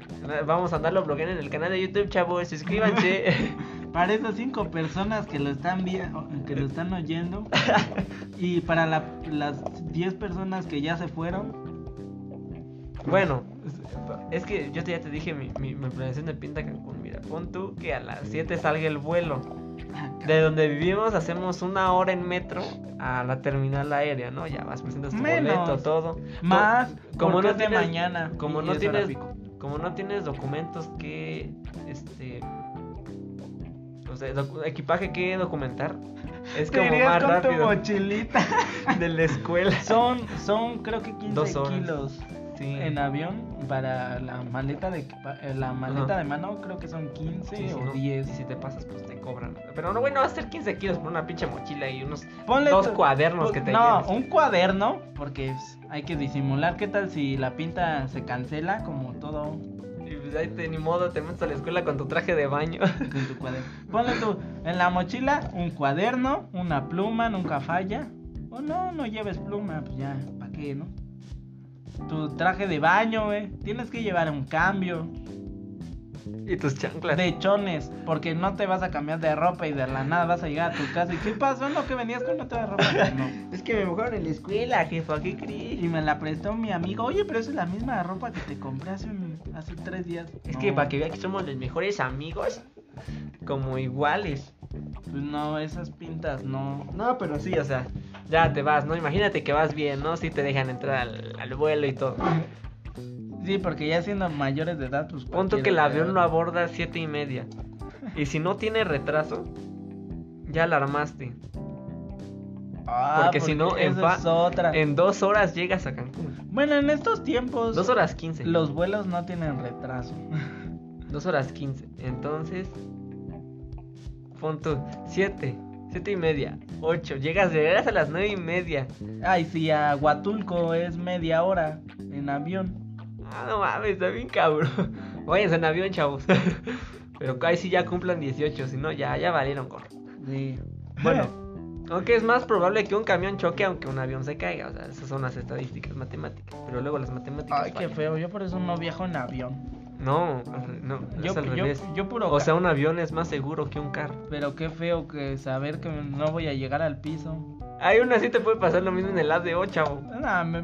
Speaker 1: Vamos a andarlo bloqueando en el canal de YouTube, chavos. Suscríbanse.
Speaker 2: Para esas cinco personas que lo están vi- que lo están oyendo y para la- las 10 personas que ya se fueron,
Speaker 1: bueno, es que yo te- ya te dije mi, mi, mi planeación de pinta Cancún. Mira, pon tú que a las 7 salga el vuelo.
Speaker 2: Ah,
Speaker 1: De donde vivimos hacemos una hora en metro a la terminal aérea, ¿no? Ya vas, presentas tu
Speaker 2: Menos.
Speaker 1: boleto, todo.
Speaker 2: más
Speaker 1: como
Speaker 2: porque
Speaker 1: no
Speaker 2: es de
Speaker 1: tienes-
Speaker 2: mañana,
Speaker 1: como
Speaker 2: y
Speaker 1: no
Speaker 2: es
Speaker 1: tienes-
Speaker 2: hora pico.
Speaker 1: Como no tienes documentos que, este, o sea, docu- equipaje que documentar, es
Speaker 2: Te
Speaker 1: como
Speaker 2: irías
Speaker 1: más
Speaker 2: con
Speaker 1: rápido
Speaker 2: tu mochilita.
Speaker 1: de la escuela.
Speaker 2: Son son creo que 15
Speaker 1: Dos horas.
Speaker 2: kilos
Speaker 1: Sí.
Speaker 2: en avión para la maleta de equipa- eh, la maleta
Speaker 1: Ajá.
Speaker 2: de mano, creo que son 15
Speaker 1: Sí, sí,
Speaker 2: o
Speaker 1: ¿no?
Speaker 2: 10.
Speaker 1: Y si te pasas, pues te cobran. Pero no, güey, no va a ser 15 kilos por una pinche mochila y unos
Speaker 2: Ponle
Speaker 1: dos
Speaker 2: tu-
Speaker 1: cuadernos
Speaker 2: Pues,
Speaker 1: que te
Speaker 2: No,
Speaker 1: lleves.
Speaker 2: un cuaderno, porque pues, hay que disimular. ¿Qué tal si la pinta se cancela como todo
Speaker 1: Y pues ahí te, ni modo, te metes a la escuela con tu traje de baño.
Speaker 2: con tu cuaderno? Ponle tú en la mochila un cuaderno, una pluma, nunca falla. O no, no lleves pluma, pues ya, ¿para qué, no? Tu traje de baño, eh. Tienes que llevar un cambio
Speaker 1: y tus chanclas.
Speaker 2: de chones, porque no te vas a cambiar de ropa y de la nada vas a llegar a tu casa. ¿Y qué pasó? ¿No que venías con otra ropa? No.
Speaker 1: Es que me mojaron en la escuela, jefa, ¿qué
Speaker 2: Y
Speaker 1: crees?
Speaker 2: me la prestó mi amigo. Oye, pero esa es la misma ropa que te compré hace, un- hace tres días.
Speaker 1: Es
Speaker 2: No,
Speaker 1: que para que vean que somos los mejores amigos, como iguales.
Speaker 2: Pues no, esas pintas no.
Speaker 1: No, pero sí, o sea, ya te vas, ¿no? Imagínate que vas bien, ¿no? Si te dejan entrar al, al vuelo y todo.
Speaker 2: Sí, porque ya siendo mayores de edad, pues.
Speaker 1: Punto
Speaker 2: cualquiera
Speaker 1: que el
Speaker 2: te-
Speaker 1: avión lo aborda a siete y media. Y si no tiene retraso, ya alarmaste.
Speaker 2: Ah,
Speaker 1: porque si no, en
Speaker 2: esa
Speaker 1: fa-
Speaker 2: es otra.
Speaker 1: En dos horas llegas a Cancún.
Speaker 2: Bueno, en estos tiempos.
Speaker 1: Dos horas quince.
Speaker 2: Los vuelos no tienen retraso.
Speaker 1: Dos horas quince. Entonces, punto siete. Siete y media. Ocho. Llegas, llegas a las nueve y media.
Speaker 2: Ay, sí, a Huatulco es media hora en avión.
Speaker 1: Ah, no mames, está bien cabrón. Váyanse en avión, chavos. Pero ahí sí ya cumplan 18, si no, ya, ya valieron gorro.
Speaker 2: Sí.
Speaker 1: Bueno, aunque es más probable que un camión choque aunque un avión se caiga. O sea, esas son las estadísticas matemáticas. Pero luego las matemáticas.
Speaker 2: Ay, qué
Speaker 1: fallan.
Speaker 2: feo. Yo por eso no viajo en avión.
Speaker 1: No, no,
Speaker 2: Yo,
Speaker 1: es al
Speaker 2: yo,
Speaker 1: revés.
Speaker 2: yo puro.
Speaker 1: O sea, un avión es más seguro que un carro.
Speaker 2: Pero qué feo que saber que no voy a llegar al piso.
Speaker 1: Hay una así te puede pasar lo mismo en el ADO, chavo.
Speaker 2: Nah, me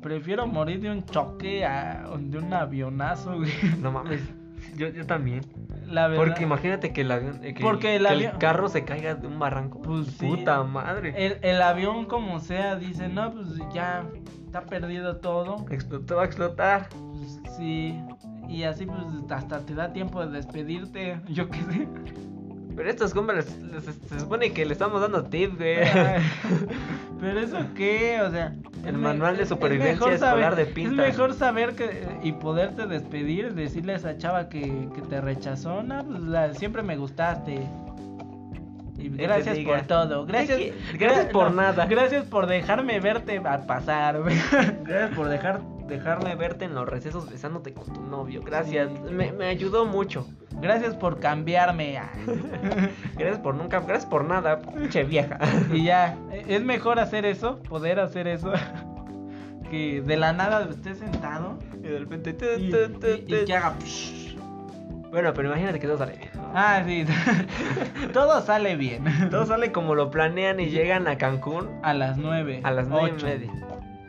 Speaker 2: prefiero morir de un choque a de un avionazo, güey.
Speaker 1: No mames. Yo, yo también.
Speaker 2: La verdad.
Speaker 1: Porque imagínate que el avión. Eh. eh, que-
Speaker 2: Porque el
Speaker 1: que
Speaker 2: avión-
Speaker 1: carro se caiga de un barranco.
Speaker 2: Pues sí.
Speaker 1: Puta madre.
Speaker 2: el, el avión como sea dice, "No, pues ya está perdido todo."
Speaker 1: Explotó, va a explotar.
Speaker 2: Pues, sí. Y así pues hasta te da tiempo de despedirte, yo qué sé.
Speaker 1: Pero estos hombres les- les- se supone que le estamos dando tip, güey.
Speaker 2: Pero eso qué, o sea,
Speaker 1: El
Speaker 2: es me-
Speaker 1: manual de
Speaker 2: es- es
Speaker 1: supervivencia
Speaker 2: mejor
Speaker 1: escolar de
Speaker 2: saber,
Speaker 1: pintas.
Speaker 2: Es mejor saber que y poderte despedir, decirle a esa chava que, que te rechazó, no, pues la- siempre me gustaste. Y
Speaker 1: te
Speaker 2: gracias
Speaker 1: diga.
Speaker 2: por todo, gracias,
Speaker 1: Aquí- gracias
Speaker 2: gra-
Speaker 1: por nada.
Speaker 2: gracias por dejarme verte a pasar, güey.
Speaker 1: Gracias por dejar, dejarme verte en los recesos besándote con tu novio. Gracias.
Speaker 2: Sí.
Speaker 1: Me, me ayudó mucho.
Speaker 2: gracias por cambiarme. ah.
Speaker 1: Gracias por nunca, gracias por nada, pinche vieja.
Speaker 2: Y ya, es mejor hacer eso, poder hacer eso, que de la nada estés sentado
Speaker 1: Y de repente. tu,
Speaker 2: y,
Speaker 1: tu, tu,
Speaker 2: y- y
Speaker 1: tu.
Speaker 2: que haga. psh.
Speaker 1: Bueno, pero imagínate que todo sale bien.
Speaker 2: Ah, sí. Todo sale bien.
Speaker 1: Todo sale como lo planean y llegan a Cancún
Speaker 2: A las 9.
Speaker 1: a las nueve y
Speaker 2: ocho.
Speaker 1: media.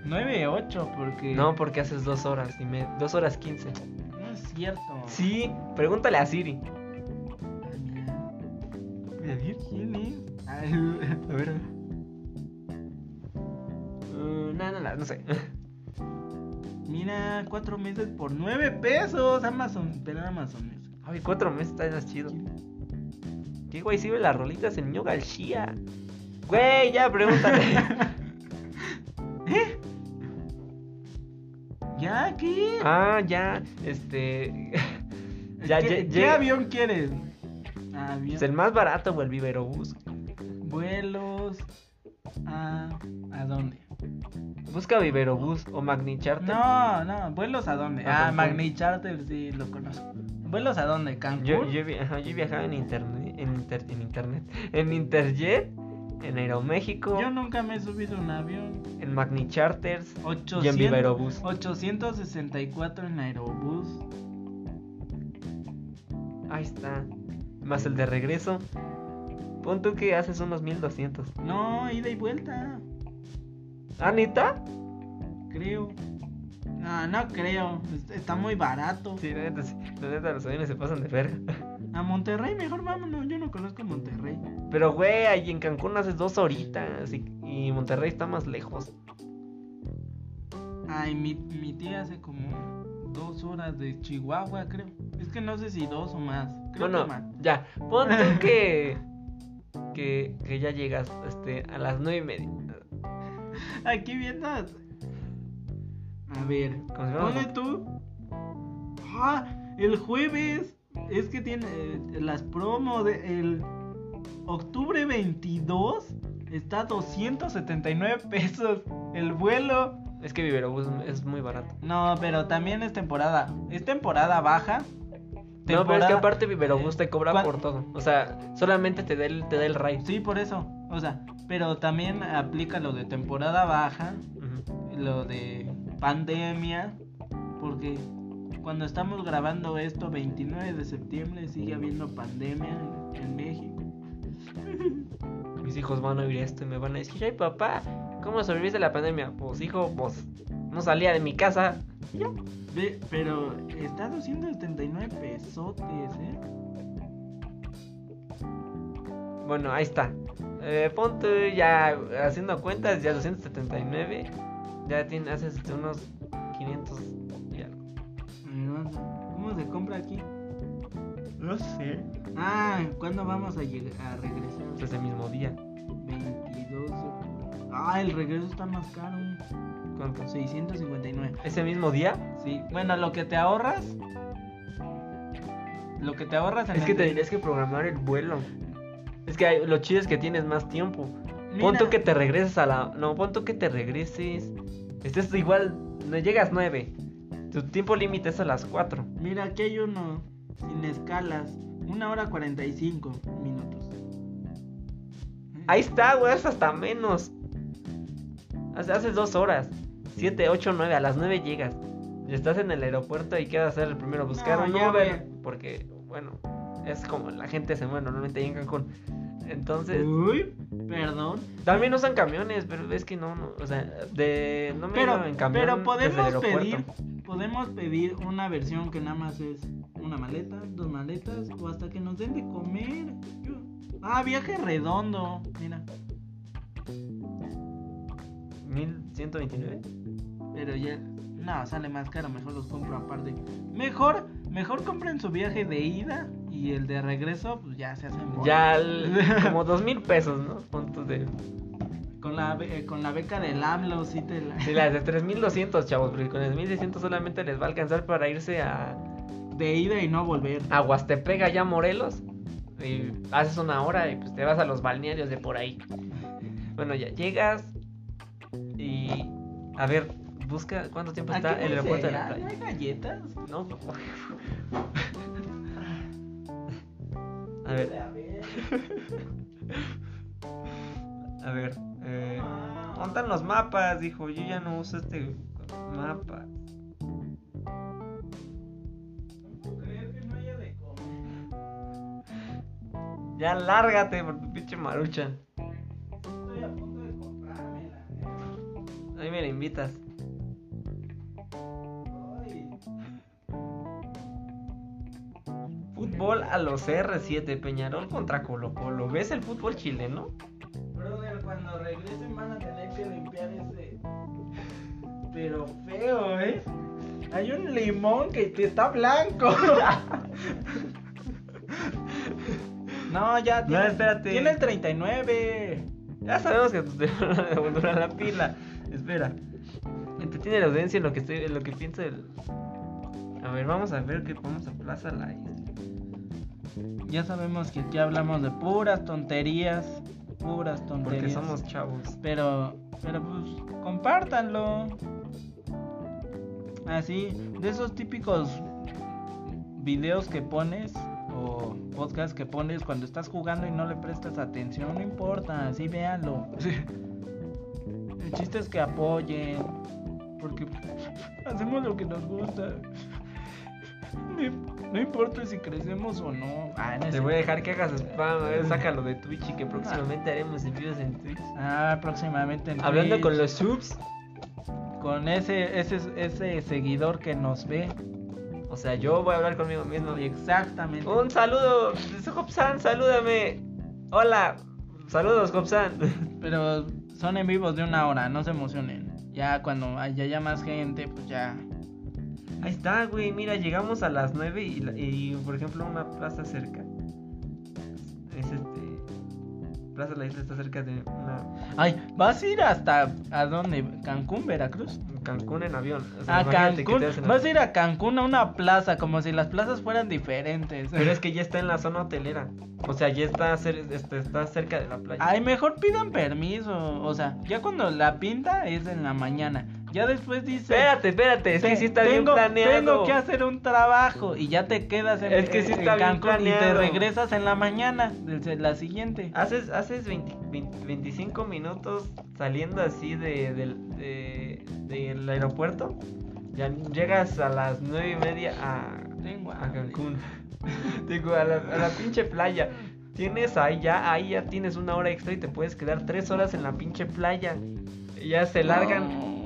Speaker 2: 9, 8, porque.
Speaker 1: No, porque haces dos horas y me... dos horas quince.
Speaker 2: No es cierto.
Speaker 1: Sí, pregúntale a Siri.
Speaker 2: Ah, mira.
Speaker 1: A ver.
Speaker 2: ¿Quién es? Ay,
Speaker 1: A ver. no, Mm, no, no, no sé.
Speaker 2: Mira, 4 meses por 9 pesos. Amazon. Pero Amazon Music.
Speaker 1: Ay, cuatro meses está más chido. ¿Qué güey sirve las rolitas el niño García? Güey, ya pregúntale.
Speaker 2: ¿Eh? ¿Ya qué?
Speaker 1: ah, ya, este.
Speaker 2: ¿Qué,
Speaker 1: ya, ya,
Speaker 2: qué
Speaker 1: ya.
Speaker 2: avión quieres?
Speaker 1: Es el más barato, güey, el Viverobús.
Speaker 2: Vuelos a... ¿A dónde?
Speaker 1: Busca Viverobús o Magnicharter.
Speaker 2: No, no, vuelos a dónde.
Speaker 1: A
Speaker 2: Ah,
Speaker 1: Cancún.
Speaker 2: Magni Charter, sí, lo conozco. ¿Vuelos a dónde? ¿Cancún?
Speaker 1: Yo, yo, vi- ajá, yo viajaba en internet, en, inter- en internet, en Interjet, en Aeroméxico,
Speaker 2: Yo nunca me he subido a un avión.
Speaker 1: en Magnicharters.
Speaker 2: 800,
Speaker 1: Y en Viva Aerobús.
Speaker 2: 864 en Aerobús.
Speaker 1: Ahí está. Más el de regreso. Pon tú que haces unos 1200.
Speaker 2: No, ida y vuelta.
Speaker 1: ¿Ah, ¿Anita?
Speaker 2: Creo. No, no creo. Es- Está muy barato.
Speaker 1: Sí, la neta, sí. La neta, los aviones se pasan de verga.
Speaker 2: A Monterrey mejor vámonos. Yo no conozco Monterrey.
Speaker 1: Pero, güey, ahí en Cancún haces dos horitas y, y Monterrey está más lejos.
Speaker 2: Ay, mi, mi tía hace como dos horas de Chihuahua, creo. Es que no sé si dos o más. Creo
Speaker 1: bueno,
Speaker 2: que más.
Speaker 1: ya. Pon tú que, que, que ya llegas este, a las nueve y media.
Speaker 2: Aquí vienes. A ver,
Speaker 1: Como si fuéramos
Speaker 2: pone
Speaker 1: a-
Speaker 2: tú. Ah, el jueves. Es que tiene eh, las promos de el octubre 22 está 279 pesos el vuelo.
Speaker 1: Es que Viverobús es muy barato.
Speaker 2: No, pero también es temporada. Es temporada baja.
Speaker 1: No, pero es que
Speaker 2: Temporada- eh,
Speaker 1: aparte Viverobús te cobra
Speaker 2: ¿Cuán-
Speaker 1: por todo. O sea, solamente te da el, te da el ride.
Speaker 2: Sí, por eso. O sea, pero también aplica lo de temporada baja,
Speaker 1: Ujú.
Speaker 2: lo de pandemia, porque cuando estamos grabando esto, 29 de septiembre, sigue habiendo pandemia en- en México.
Speaker 1: Mis hijos van a oír esto y me van a decir, ay papá, ¿cómo sobreviviste a la pandemia? Pues hijo, pues no salía de mi casa.
Speaker 2: Ve, pero está 279 pesotes, ¿eh?
Speaker 1: Bueno, ahí está. Eh, pon tú ya haciendo cuentas, ya 279. Ya tiene, haces unos 500 y algo.
Speaker 2: A ver, vamos a- ¿Cómo se compra aquí?
Speaker 1: No sé.
Speaker 2: Ah, ¿cuándo vamos a, lleg- a regresar?
Speaker 1: Ese mismo día.
Speaker 2: 22 de octubre. Ah, el regreso está más caro. ¿eh?
Speaker 1: ¿Cuántos?
Speaker 2: 659.
Speaker 1: ¿Ese mismo día?
Speaker 2: Sí, bueno, lo que te ahorras. Lo que te ahorras en
Speaker 1: Es que
Speaker 2: el-
Speaker 1: tendrías que programar el vuelo. Es que hay- lo chido es que tienes más tiempo.
Speaker 2: Mira,
Speaker 1: Pon tú que te regreses a la. No, pon tú que te regreses. Estés igual. No llegas 9. Tu tiempo límite es a las 4.
Speaker 2: Mira, aquí hay uno sin escalas. Una hora 45 minutos.
Speaker 1: Ahí está, güey. Es hasta menos. Hace, haces 2 horas. 7, 8, 9. A las 9 llegas. Y estás en el aeropuerto y quedas a ser el primero. Buscar
Speaker 2: No,
Speaker 1: un
Speaker 2: ya,
Speaker 1: Uber. Porque, bueno, es como la gente se mueve normalmente ahí en Cancún. Entonces.
Speaker 2: Uy, perdón.
Speaker 1: También usan camiones, pero es que no, no, o sea, de no me
Speaker 2: Pero,
Speaker 1: iba en camión
Speaker 2: pero
Speaker 1: desde el
Speaker 2: podemos
Speaker 1: aeropuerto.
Speaker 2: pedir. Podemos pedir una versión que nada más es una maleta, dos maletas, o hasta que nos den de comer. Yo- Ah, viaje redondo. Mira.
Speaker 1: 1129.
Speaker 2: Pero ya, no, sale más caro, mejor los compro aparte. Mejor, mejor compren su viaje de ida y el de regreso, pues ya se hacen bolas.
Speaker 1: Ya al- como dos mil pesos, ¿no? Puntos de
Speaker 2: Con la, be- eh, con la beca del AMLO, sí te la...
Speaker 1: de las de 3200, chavos, porque con 3600 solamente les va a alcanzar para irse a
Speaker 2: De ida y no volver.
Speaker 1: a Huastepec allá a Morelos. Y haces una hora y pues te vas a los balnearios de por ahí. Bueno, ya llegas y a ver, busca cuánto tiempo
Speaker 2: Aquí
Speaker 1: está el
Speaker 2: dice,
Speaker 1: aeropuerto de la
Speaker 2: ¿ah,
Speaker 1: playa.
Speaker 2: ¿Hay galletas?
Speaker 1: No. pues, A ver,
Speaker 2: A ver.
Speaker 1: a ver. Eh, montan los mapas, dijo. Yo ya no uso este mapa.
Speaker 2: ¿Crees que no haya de comer?
Speaker 1: Ya lárgate por tu pinche marucha.
Speaker 2: Estoy a punto de comprármela.
Speaker 1: Ahí me la invitas.
Speaker 2: Ay.
Speaker 1: Fútbol a los R7, Peñarol contra Colo Colo. ¿Ves el fútbol chileno?
Speaker 2: Brother, cuando regresen van a tener que limpiar ese. Pero feo, ¿eh? Hay un limón que te está blanco. no, ya tiene,
Speaker 1: espérate.
Speaker 2: Tiene el 39.
Speaker 1: Ya sabemos que tu teléfono no dura la pila. Espera. Entretiene la audiencia en lo que, estoy, en lo que pienso del... A ver, vamos a ver qué vamos a Plaza La Isla.
Speaker 2: Ya sabemos que aquí hablamos de puras tonterías, puras
Speaker 1: Porque
Speaker 2: tonterías.
Speaker 1: somos chavos.
Speaker 2: Pero, pero pues, compártanlo. Así, de esos típicos videos que pones o podcasts que pones cuando estás jugando y no le prestas atención, no importa, así véanlo. El chiste es que apoyen, porque hacemos lo que nos gusta. No im- No importa si crecemos o no. Ah, no es
Speaker 1: Te voy a
Speaker 2: cierto.
Speaker 1: dejar que hagas spam, a ver, sácalo de Twitch y que próximamente haremos envíos en Twitch.
Speaker 2: Ah, próximamente. en
Speaker 1: Hablando con
Speaker 2: Twitch.
Speaker 1: los subs,
Speaker 2: con ese, ese, ese seguidor que nos ve.
Speaker 1: o sea, yo voy a hablar conmigo mismo.
Speaker 2: Exactamente.
Speaker 1: Un saludo, Hopsan, salúdame. Hola, saludos, Hopsan.
Speaker 2: Pero son en vivos de una hora, no se emocionen. Ya cuando haya ya más gente, pues ya.
Speaker 1: Ahí está, güey, mira, llegamos a las 9 y, la- y, por ejemplo, una plaza cerca. Es este. Plaza de la Isla está cerca de una-
Speaker 2: Ay, vas a ir hasta a dónde? Cancún, Veracruz.
Speaker 1: Cancún en avión. O sea,
Speaker 2: A
Speaker 1: imagínate que
Speaker 2: Ah, Cancún.
Speaker 1: te vas en
Speaker 2: Vas a
Speaker 1: avión.
Speaker 2: ir a Cancún a una plaza, como si las plazas fueran diferentes.
Speaker 1: Pero es que ya está en la zona hotelera. O sea, ya está, cer- este, está cerca de la playa.
Speaker 2: Ay, mejor pidan permiso. O sea, ya cuando la pinta es en la mañana. Ya después dice.
Speaker 1: Espérate, espérate, es que
Speaker 2: Te-
Speaker 1: sí está
Speaker 2: tengo,
Speaker 1: bien planeado.
Speaker 2: Tengo que hacer un trabajo y ya te quedas en,
Speaker 1: Es que sí
Speaker 2: en
Speaker 1: está bien
Speaker 2: Cancún y te
Speaker 1: planeado.
Speaker 2: regresas en la mañana, desde la siguiente.
Speaker 1: Haces, haces 20 20 25 minutos saliendo así de, del- de- del aeropuerto. Ya llegas a las 9 y media a,
Speaker 2: Tengo
Speaker 1: a
Speaker 2: hambre.
Speaker 1: Cancún. Digo, a la, a la pinche playa. Tienes ahí ya, ahí ya tienes una hora extra y te puedes quedar tres horas en la pinche playa. Y Ya se largan,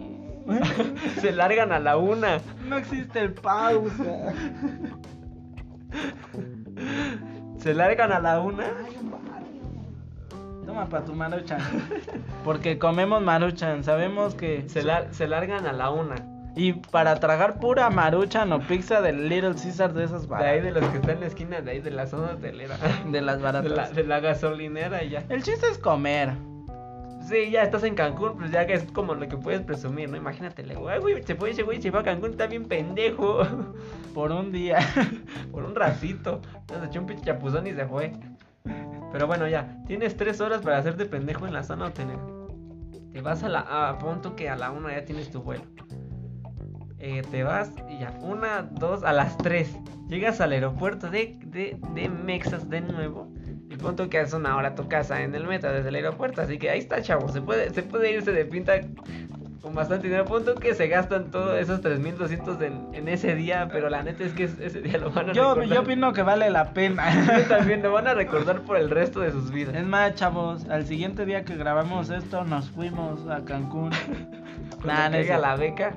Speaker 2: No,
Speaker 1: se largan a la una.
Speaker 2: No existe el pausa.
Speaker 1: Se largan a la una.
Speaker 2: Toma para tu maruchan. Porque comemos maruchan, sabemos que.
Speaker 1: Se, lar- se largan a la una.
Speaker 2: Y para tragar pura maruchan o pizza del Little Caesar de esas
Speaker 1: De ahí
Speaker 2: baratas.
Speaker 1: de los que están en la esquina, de ahí de la zona hotelera.
Speaker 2: de las baratas.
Speaker 1: De la, de la gasolinera y ya.
Speaker 2: El chiste es comer.
Speaker 1: Sí, ya estás en Cancún, pues ya que es como lo que puedes presumir, ¿no? Imagínate, le digo, "Ay, güey, se fue ese güey, se fue a Cancún, está bien pendejo.
Speaker 2: Por un día.
Speaker 1: Por un ratito. Nos echó un pinche chapuzón y se fue. Pero bueno, ya. Tienes tres horas para hacerte pendejo en la zona hotelera. Te vas a la. A punto que a la una ya tienes tu vuelo. Eh, te vas y ya. Una, dos, a las tres. Llegas al aeropuerto de, de, de Mexas de nuevo. Y punto que hace una hora a tu casa en el metro desde el aeropuerto. Así que ahí está, chavo. Se puede, se puede irse de pinta con bastante dinero. Punto que se gastan todos esos 3.200 en, en ese día. Pero la neta es que es- ese día lo van a
Speaker 2: Yo,
Speaker 1: recordar.
Speaker 2: yo opino que vale la pena.
Speaker 1: Yo también lo van a recordar por el resto de sus
Speaker 2: Es
Speaker 1: vidas.
Speaker 2: más, chavos, al siguiente día que grabamos esto nos fuimos a Cancún.
Speaker 1: Cuando
Speaker 2: Nah, no
Speaker 1: caiga
Speaker 2: es cierto.
Speaker 1: la beca.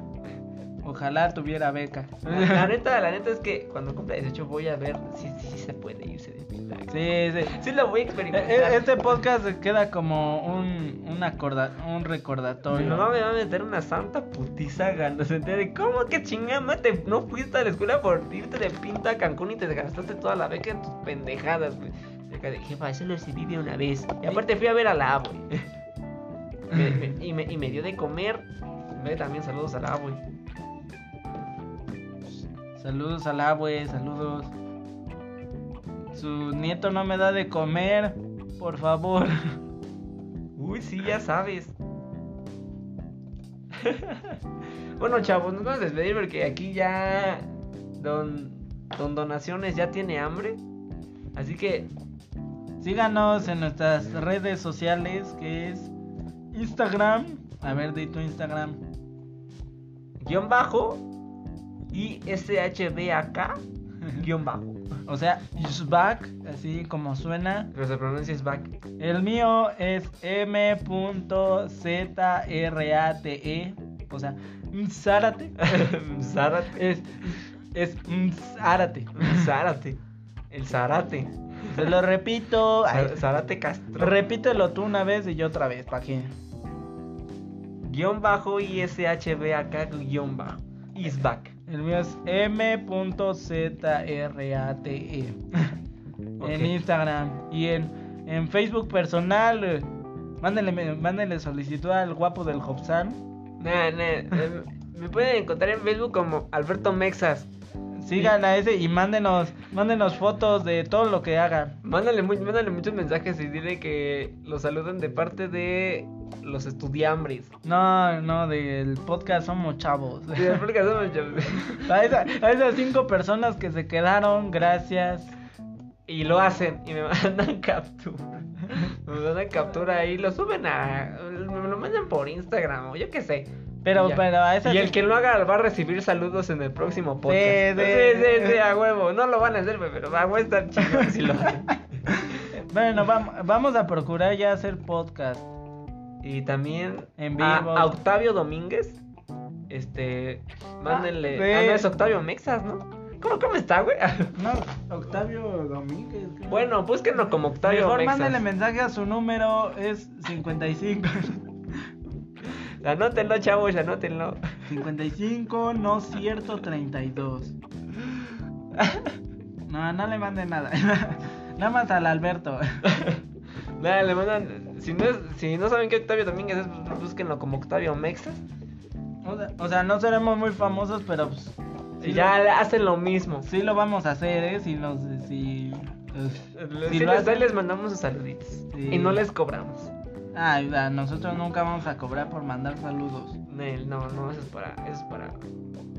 Speaker 2: Ojalá tuviera beca.
Speaker 1: La neta, la neta es que cuando cumpla 18 voy a ver si, si se puede irse de pinta.
Speaker 2: Sí, sí. E-
Speaker 1: Sí lo voy a experimentar.
Speaker 2: e- Este podcast se queda como un, un, acorda- un
Speaker 1: Mi
Speaker 2: recordatorio.
Speaker 1: mamá me va a meter una santa putiza cuando se entere. ¿Cómo que chingada te, no fuiste a la escuela por irte de pinta a Cancún y te gastaste toda la beca en tus pendejadas, güey? Y acá de, Jefa, solo se vive una vez. Y aparte fui a ver a la abue. Me- me- y, me, y me dio de comer. Ve también saludos a la abue.
Speaker 2: Saludos al abue, saludos. Su nieto no me da de comer, por favor.
Speaker 1: Uy, sí, ya sabes. bueno, chavos, nos vamos a despedir porque aquí ya don, don Donaciones ya tiene hambre. Así que
Speaker 2: Síganos en nuestras redes sociales que es Instagram. A ver, di tu Instagram.
Speaker 1: guión bajo y SHBAK guión bajo.
Speaker 2: O sea, is back, así como suena.
Speaker 1: Pero se pronuncia es back.
Speaker 2: El mío es m.zrate. E, O sea, Zárate.
Speaker 1: Zárate.
Speaker 2: Es, es mm, Zárate.
Speaker 1: Zárate. El Zárate.
Speaker 2: Se lo repito. ay,
Speaker 1: Zá- Zárate Castro.
Speaker 2: repítelo tú una vez y yo otra vez, ¿para qué?
Speaker 1: Guión bajo y SHBAK guión bajo. Is back.
Speaker 2: El mío es m.zrate.
Speaker 1: Ok.
Speaker 2: E. En Instagram y en, en Facebook personal. eh, Mándenle, mándenle solicitud al guapo del Hobsan.
Speaker 1: em, Nah, nah, eh, me pueden encontrar en Facebook como Alberto Mexas.
Speaker 2: Sigan a ese y mándenos, mándenos fotos de todo lo que hagan.
Speaker 1: Mándale, mu- mándale muchos mensajes y dile que los saluden de parte de los estudiambres.
Speaker 2: No, no, del podcast somos chavos.
Speaker 1: De la República Somos Chavos.
Speaker 2: A, esa- a esas cinco personas que se quedaron, gracias.
Speaker 1: Y lo hacen y me mandan captura. Me mandan captura y lo suben a. Me lo mandan por Instagram o yo qué sé.
Speaker 2: Pero,
Speaker 1: Y ya.
Speaker 2: pero a esas
Speaker 1: Y el que lo haga va a recibir saludos en el próximo podcast.
Speaker 2: Sí, sí.
Speaker 1: sí, sí, a huevo. No lo van a hacer, pero va a estar chido si lo hacen.
Speaker 2: Bueno, vam- vamos a procurar ya hacer podcast.
Speaker 1: Y también
Speaker 2: En
Speaker 1: a,
Speaker 2: vivo.
Speaker 1: a Octavio Domínguez. Este, mándenle.
Speaker 2: sí.
Speaker 1: Ah, no, es Octavio Mexas, ¿no? ¿Cómo, cómo está, güey?
Speaker 2: No, Octavio Domínguez. creo.
Speaker 1: bueno, búsquenlo como Octavio
Speaker 2: Mejor
Speaker 1: Mexas.
Speaker 2: mándenle mensaje a su número, es 55.
Speaker 1: Anótenlo, chavos, anótenlo.
Speaker 2: 55, no cierto, 32. No, no le manden nada. Nada más al Alberto.
Speaker 1: Nada, le mandan. Si no, es- si no saben qué Octavio Domínguez es, pues, búsquenlo como Octavio Mexas.
Speaker 2: O sea, o sea, no seremos muy famosos, pero pues, sí
Speaker 1: y ya
Speaker 2: lo-
Speaker 1: le hacen lo mismo.
Speaker 2: sí lo vamos a hacer, ¿eh? Si nos...
Speaker 1: Si
Speaker 2: Si, si lo
Speaker 1: les da,
Speaker 2: hacen-
Speaker 1: les mandamos sus saluditos.
Speaker 2: Sí.
Speaker 1: Y no les cobramos.
Speaker 2: Ay, a nosotros nunca vamos a cobrar por mandar saludos.
Speaker 1: Nel, No, no, eso es para, eso es para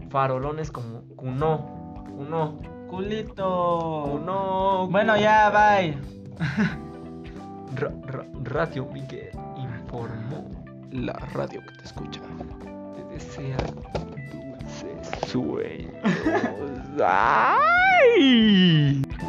Speaker 1: farolones como Cuno. Cuno. Oh,
Speaker 2: Culito.
Speaker 1: Cuno.
Speaker 2: Bueno, ya, bye.
Speaker 1: Ra- ra- radio Miguel informó. La radio que te escucha. Te desea dulces sueños. ¡Ay!